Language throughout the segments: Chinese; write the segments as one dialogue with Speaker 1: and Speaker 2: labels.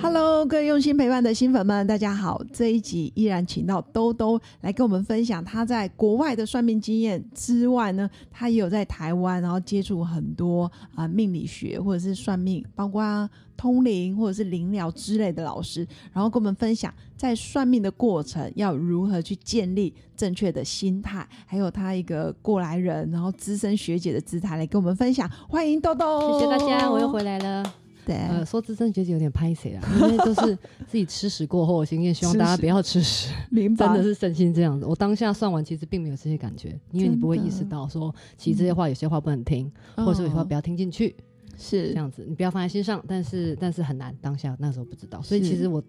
Speaker 1: Hello，各位用心陪伴的新粉们，大家好！这一集依然请到兜兜来跟我们分享他在国外的算命经验之外呢，他也有在台湾，然后接触很多啊、命理学或者是算命，包括通灵或者是灵疗之类的老师，然后跟我们分享在算命的过程要如何去建立正确的心态，还有他一个过来人，然后资深学姐的姿态来跟我们分享。欢迎兜兜，
Speaker 2: 谢谢大家，我又回来了。
Speaker 1: 对。
Speaker 2: 呃，哦说资深学姐有点拍谁啦，啊因 为都是自己吃屎过后的经验，希望大家不要吃 屎，
Speaker 1: 明白，
Speaker 2: 真的是真心这样子。我当下算完，其实并没有这些感觉，因为你不会
Speaker 1: 真的
Speaker 2: 意识到说，其实这些话有些话不能听，
Speaker 1: 嗯，
Speaker 2: 或者说有些话不要听进去，
Speaker 1: 是
Speaker 2: 这样子，你不要放在心上。但是但是很难，当下那时候不知道，所以
Speaker 1: 是
Speaker 2: 其实我。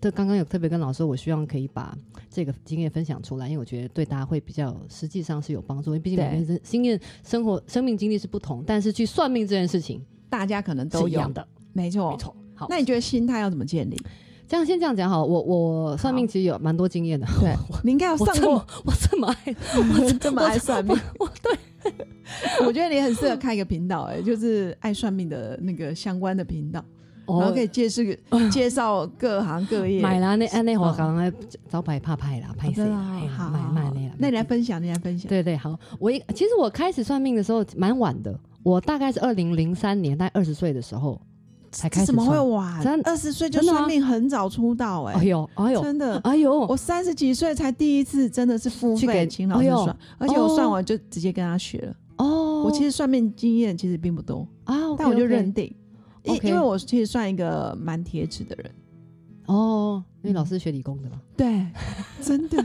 Speaker 2: 这刚刚有特别跟老师说，我希望可以把这个经验分享出来，因为我觉得对大家会比较，实际上是有帮助。因为毕竟每个人生经验、生活、生命经历是不同，但是去算命这件事情
Speaker 1: 大家可能都
Speaker 2: 是一
Speaker 1: 有
Speaker 2: 样的，
Speaker 1: 没错，
Speaker 2: 没。错。好，
Speaker 1: 那你觉得心态要怎么建立？
Speaker 2: 这样先这样讲好了，我我算命其实有蛮多经验的。
Speaker 1: 对，你应该要
Speaker 2: 我
Speaker 1: 上
Speaker 2: 这
Speaker 1: 过
Speaker 2: 么， 我这么爱，
Speaker 1: 我 这么爱算命， 我对，我觉得你很适合开一个频道，哎，就是爱算命的那个相关的频道，然后可以介绍 介绍各行各业。
Speaker 2: 哦买啦，那按那我
Speaker 1: 嗯
Speaker 2: 刚刚招牌怕拍啦，拍
Speaker 1: 哦
Speaker 2: 谁
Speaker 1: 真的
Speaker 2: 啦？哎
Speaker 1: 哦
Speaker 2: 呀
Speaker 1: 好，
Speaker 2: 买
Speaker 1: 好
Speaker 2: 买
Speaker 1: 好
Speaker 2: 那啦。
Speaker 1: 那你来
Speaker 2: 买
Speaker 1: 分享，你来分享。
Speaker 2: 对对好，我一其实我开始算命的时候蛮晚的，我大概是二零零三年，大概二十岁的时候才开
Speaker 1: 这
Speaker 2: 始
Speaker 1: 怎么会
Speaker 2: 算。
Speaker 1: 晚？
Speaker 2: 真
Speaker 1: 二十岁就
Speaker 2: 真的吗
Speaker 1: 算命，很早出道，
Speaker 2: 哎
Speaker 1: 哎，
Speaker 2: 呦哎呦
Speaker 1: 真的。
Speaker 2: 哎呦！
Speaker 1: 我三十几岁才第一次，真的是付
Speaker 2: 去
Speaker 1: 费
Speaker 2: 给
Speaker 1: 请老师
Speaker 2: 哎呦
Speaker 1: 算，而且我
Speaker 2: 哦
Speaker 1: 算完就直接跟他学了。
Speaker 2: 哦，
Speaker 1: 我其实算命经验其实并不多，
Speaker 2: 啊，
Speaker 1: 但我就认定，因
Speaker 2: OK
Speaker 1: 因为我其实算一个蛮铁齿的人，
Speaker 2: 哦，
Speaker 1: 嗯
Speaker 2: 因为老师是学理工的嘛。
Speaker 1: 对，真 的。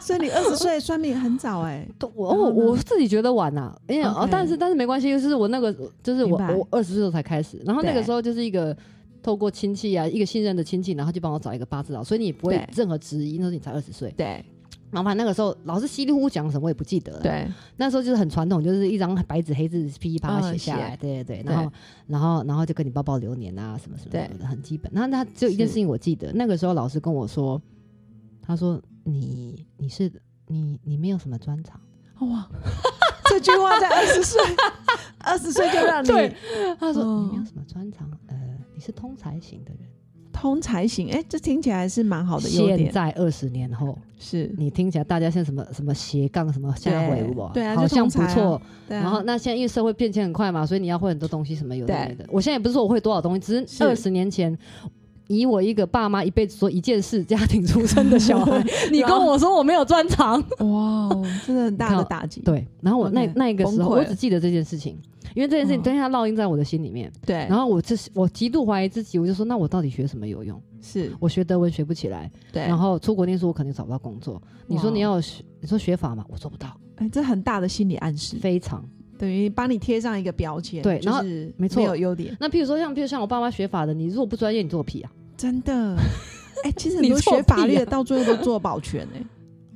Speaker 1: 所以你二十岁算命很早哎、
Speaker 2: 都我
Speaker 1: 然后
Speaker 2: 哦，
Speaker 1: 呢
Speaker 2: 我自己觉得晚呐、因为哦
Speaker 1: OK，
Speaker 2: 但是但是没关系，就是我那个就是
Speaker 1: 明
Speaker 2: 我
Speaker 1: 白
Speaker 2: 我二十岁的时候才开始，然后那
Speaker 1: 对
Speaker 2: 个时候就是一个透过亲戚啊，一个信任的亲戚，然后就帮我找一个八字佬，所以你也不会
Speaker 1: 对
Speaker 2: 任何质疑，那时候你才二十岁。
Speaker 1: 对
Speaker 2: 然后反正那个时候老师稀里糊涂讲什么我也不记得了，，
Speaker 1: 对，
Speaker 2: 那时候就是很传统，就是一张白纸黑字噼里啪啦
Speaker 1: 嗯
Speaker 2: 写下来，
Speaker 1: 写
Speaker 2: 对对对，
Speaker 1: 对
Speaker 2: 然后然后然后就跟你报报流年啊什么什么
Speaker 1: 对
Speaker 2: 什么的，很基本。然后他只有一件
Speaker 1: 是
Speaker 2: 事情我记得，那个时候老师跟我说，他说你你是你你没有什么专长。
Speaker 1: 哇，这句话在二十岁，二十岁就让
Speaker 2: 对
Speaker 1: 你
Speaker 2: 他说、
Speaker 1: 嗯
Speaker 2: 你没有什么专长，呃，你是通才型的人。
Speaker 1: 通才行，哎、这听起来是蛮好的优
Speaker 2: 现
Speaker 1: 点，
Speaker 2: 在二十年后，
Speaker 1: 是，
Speaker 2: 你听起来大家现在什么什么斜杠什么下回我，
Speaker 1: 对啊就
Speaker 2: 好像
Speaker 1: 通
Speaker 2: 不
Speaker 1: 才啊
Speaker 2: 错。
Speaker 1: 对啊
Speaker 2: 然后那现在因为社会变迁很快嘛，所以你要会很多东西什么有的
Speaker 1: 对
Speaker 2: 没的。我现在也不是说我会多少东西，只
Speaker 1: 是
Speaker 2: 是二十年前。以我一个爸妈一辈子做一件事家庭出身的小 孩，你跟我说我没有专长，
Speaker 1: 哇哦， 真的很大
Speaker 2: 你
Speaker 1: 的
Speaker 2: 看
Speaker 1: 打击，
Speaker 2: 对。然后我那
Speaker 1: OK，
Speaker 2: 那一个时
Speaker 1: 崩
Speaker 2: 候，
Speaker 1: 溃
Speaker 2: 我
Speaker 1: 了
Speaker 2: 只记得这件事情，因为这件事情
Speaker 1: 嗯哎
Speaker 2: 当下烙印在我的心里面。
Speaker 1: 对，
Speaker 2: 然后我这我极度怀疑自己，我就说那我到底学什么有用？
Speaker 1: 是，
Speaker 2: 我学德文学不起来，
Speaker 1: 对，哦
Speaker 2: 然后出国念书我肯定找不到工作。你说你要学，你说学法嘛，我做不到，
Speaker 1: 哎、这很大的心理暗示，
Speaker 2: 非常。
Speaker 1: 等于帮你贴上一个标签，
Speaker 2: 对
Speaker 1: 就
Speaker 2: 然后
Speaker 1: 是
Speaker 2: 没错
Speaker 1: 有优点。
Speaker 2: 那譬如说像譬如像我爸妈学法的，你如果不专业，你做屁啊！
Speaker 1: 真的，哎、其实很
Speaker 2: 你
Speaker 1: 多
Speaker 2: 作
Speaker 1: 学法
Speaker 2: 弊
Speaker 1: 律的
Speaker 2: 啊
Speaker 1: 到最后都做保全哎、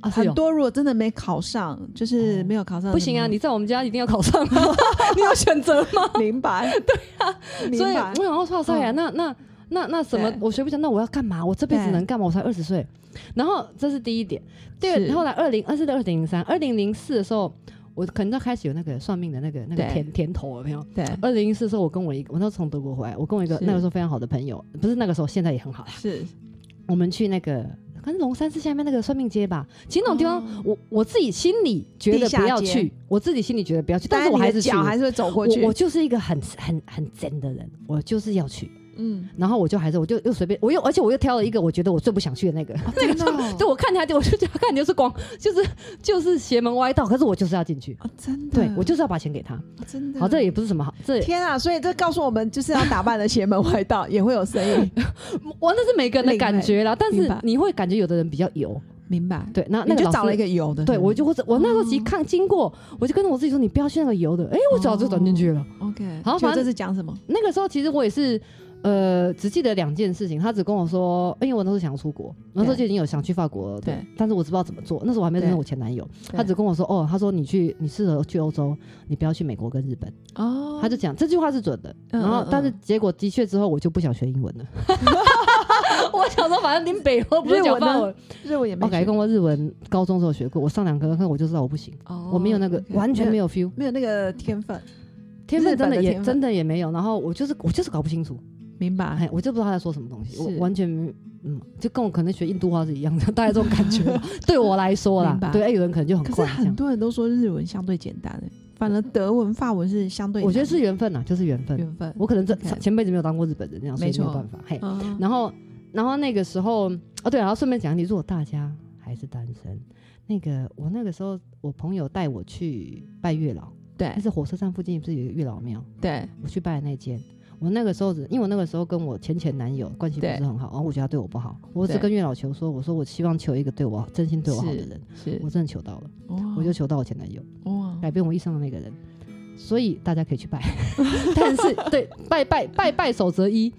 Speaker 2: 啊，是
Speaker 1: 很
Speaker 2: 有
Speaker 1: 多嗯如果真的没考上，就是
Speaker 2: 哦
Speaker 1: 没有考上什么，
Speaker 2: 不行啊！你在我们家一定要考上啊， 你有选择吗？
Speaker 1: 明 白？对啊，明
Speaker 2: 所以
Speaker 1: 白
Speaker 2: 我。想要哇塞啊，
Speaker 1: 嗯
Speaker 2: 那那那那什么
Speaker 1: 对，
Speaker 2: 我学不起来，那我要干嘛？我这辈子
Speaker 1: 对
Speaker 2: 能干嘛？我才二十岁。然后这是第一点，第二
Speaker 1: 是
Speaker 2: 后来二零二四到二零零三、二零零四的时候，我可能就开始有那个算命的那个那个
Speaker 1: 对
Speaker 2: 甜甜头，有没有？
Speaker 1: 对，
Speaker 2: 二零一四的时候，我跟我一个，我那时候从德国回来，我跟我一个
Speaker 1: 是
Speaker 2: 那个时候非常好的朋友，不是那个时候，现在也很好啦。
Speaker 1: 是
Speaker 2: 我们去那个，可是龙山寺下面那个算命街吧，其实那种地方，
Speaker 1: 哦
Speaker 2: 我我自己心里觉得不要
Speaker 1: 地下街
Speaker 2: 去，我自己心里觉得不要去，但是我
Speaker 1: 你的
Speaker 2: 还是去
Speaker 1: 脚
Speaker 2: 了。
Speaker 1: 还是会走过去。
Speaker 2: 我我就是一个很很很真的人，我就是要去，
Speaker 1: 嗯，
Speaker 2: 然后我就还是我就又随便，我又而且我又挑了一个我觉得我最不想去的那个，
Speaker 1: 哦 真的哦
Speaker 2: 就我看他，我就觉得看你就是光就是就是邪门歪道，可是我就是要进去，
Speaker 1: 哦真的，
Speaker 2: 对我就是要把钱给他。
Speaker 1: 哦真的
Speaker 2: 好，这也不是什么好，这也
Speaker 1: 天啊！所以这告诉我们，就是要打扮的邪门歪道，也会有生 意。
Speaker 2: 我那是每个人的
Speaker 1: 另类
Speaker 2: 感觉啦，但
Speaker 1: 明
Speaker 2: 是
Speaker 1: 白
Speaker 2: 你会感觉有的人比较油，
Speaker 1: 明白？
Speaker 2: 对，那那
Speaker 1: 你
Speaker 2: 个
Speaker 1: 就
Speaker 2: 老师
Speaker 1: 找了一个嗯哦油的。
Speaker 2: 对，
Speaker 1: 是
Speaker 2: 我
Speaker 1: 吗
Speaker 2: 就或者我那时候其实看经过，我就跟着我自己说，你
Speaker 1: 哦
Speaker 2: 不要去那个油的。哎、我早就转进去了。
Speaker 1: OK。
Speaker 2: 好
Speaker 1: 结果
Speaker 2: 反
Speaker 1: 这
Speaker 2: 正
Speaker 1: 是讲什么？
Speaker 2: 那个时候其实我也是呃，只记得两件事情，他只跟我说，因为我那时候想要出国，那时候
Speaker 3: 对
Speaker 2: 就已经有想去法国了，
Speaker 3: 对，
Speaker 2: 但是我知不知道怎么做，那时候我还没有
Speaker 3: 对
Speaker 2: 认识我前男友，
Speaker 3: 对
Speaker 2: 他只跟我说，哦，他说你去，你适合去欧洲，你不要去美国跟日本，
Speaker 3: 哦
Speaker 2: 他就讲这句话是准的，
Speaker 3: 嗯
Speaker 2: 然后
Speaker 3: 嗯
Speaker 2: 但是
Speaker 3: 嗯
Speaker 2: 结果的确之后我就不想学英文了，我想说反正林北欧不是讲
Speaker 3: 日
Speaker 2: 法
Speaker 3: 文呢
Speaker 2: 文，啊
Speaker 3: 日
Speaker 1: 哦
Speaker 3: 文也没
Speaker 2: 我改
Speaker 3: 学
Speaker 2: 跟我日文高中时候学过，我上两个课我就知道我不行，
Speaker 3: 哦
Speaker 2: 我没有那个
Speaker 3: OK
Speaker 2: 完全没有 feel，
Speaker 1: 没有那个天分，
Speaker 2: 天分
Speaker 1: 日本
Speaker 2: 真
Speaker 1: 的
Speaker 2: 的也
Speaker 1: 天分
Speaker 2: 真的也没有，然后我就是我就是搞不清楚。
Speaker 3: 明白。
Speaker 2: 哎，我就不知道他在说什么东西，我
Speaker 3: 是
Speaker 2: 完全嗯，就跟我可能学印度话是一样的， 大概这种感觉吧。对我来说啦
Speaker 3: 明白，
Speaker 2: 对，哎，有人可能就很
Speaker 1: 可是
Speaker 2: 快这
Speaker 1: 很
Speaker 2: 样。
Speaker 1: 多人都说日文相对简单、欸，反而德文、法文是相对难，
Speaker 2: 我觉得是缘分呐，就是缘分。
Speaker 3: 缘分，
Speaker 2: 我可能这
Speaker 1: OK
Speaker 2: 前辈子没有当过日本人，那样所以
Speaker 3: 没
Speaker 2: 没有
Speaker 3: 错
Speaker 2: 办法。嘿，
Speaker 3: 嗯
Speaker 2: 然后然后那个时候哦对，然后顺便讲一题，如果大家还是单身，那个我那个时候我朋友带我去拜月老，
Speaker 3: 对
Speaker 2: 但是火车站附近不是有一个月老庙，
Speaker 3: 对
Speaker 2: 我去拜的那间。我那个时候只，因为我那个时候跟我前前男友关系不
Speaker 3: 对
Speaker 2: 是很好，然后我觉得他对我不好，我只
Speaker 3: 对
Speaker 2: 跟月老求说，我说我希望求一个对我好真心对我好的人，
Speaker 3: 是
Speaker 2: 我，真的求到了，
Speaker 1: 哇
Speaker 2: 我就求到我前男友，
Speaker 3: 哇
Speaker 2: 改变我一生的那个人，所以大家可以去拜， 但是对拜拜拜拜守则一，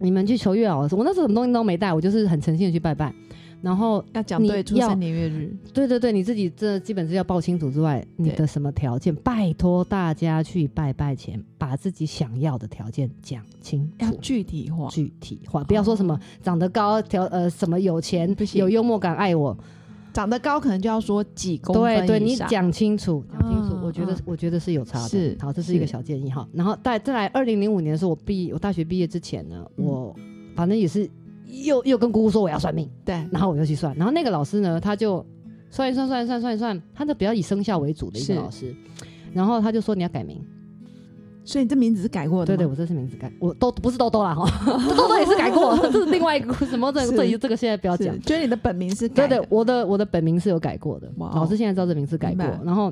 Speaker 2: 你们去求月老的时候，我那时候什么东西都没带，我就是很诚心的去拜拜，然后
Speaker 3: 要讲
Speaker 2: 你
Speaker 3: 对出
Speaker 2: 要
Speaker 3: 生年月日，
Speaker 2: 对对对，你自己这基本资料报清楚之外，你
Speaker 3: 对
Speaker 2: 的什么条件，拜托大家去拜拜前，把自己想要的条件讲清
Speaker 3: 要
Speaker 2: 楚。
Speaker 3: 具体化，
Speaker 2: 具体化，不要说什么长得高、条呃什么有钱
Speaker 3: 不、行
Speaker 2: 有幽默感、爱我，
Speaker 1: 长得高可能就要说几公
Speaker 2: 对
Speaker 1: 分
Speaker 2: 对，
Speaker 1: 以
Speaker 2: 你
Speaker 1: 上
Speaker 2: 讲清楚，讲清楚，
Speaker 3: 嗯
Speaker 2: 我觉
Speaker 3: 嗯
Speaker 2: 得我觉得是有差的。
Speaker 3: 是
Speaker 2: 好，这是一个
Speaker 3: 是
Speaker 2: 小建议哈。然后再再来，二零零五年的时候，我毕我大学毕业之前呢，
Speaker 3: 嗯
Speaker 2: 我反正也是又又跟姑姑说我要算命，
Speaker 3: 对
Speaker 2: 然后我就去算，然后那个老师呢，他就算一算算一算算一算，他的比较以生肖为主的一个
Speaker 3: 是
Speaker 2: 老师，然后他就说你要改名，
Speaker 1: 所以你这名字是改过的吗，
Speaker 2: 对对，我这是名字改，我都不是豆豆啦哈，豆豆也是改过， 这是另外一个故事，什么这
Speaker 1: 是
Speaker 2: 个这这个现在不要
Speaker 1: 是
Speaker 2: 讲，
Speaker 1: 就是你的本名是改
Speaker 2: 对
Speaker 1: 的，
Speaker 2: 对，我的我的本名是有改过的，
Speaker 1: 哇哦
Speaker 2: 老师现在知道这名字改过
Speaker 1: 明白，
Speaker 2: 然后。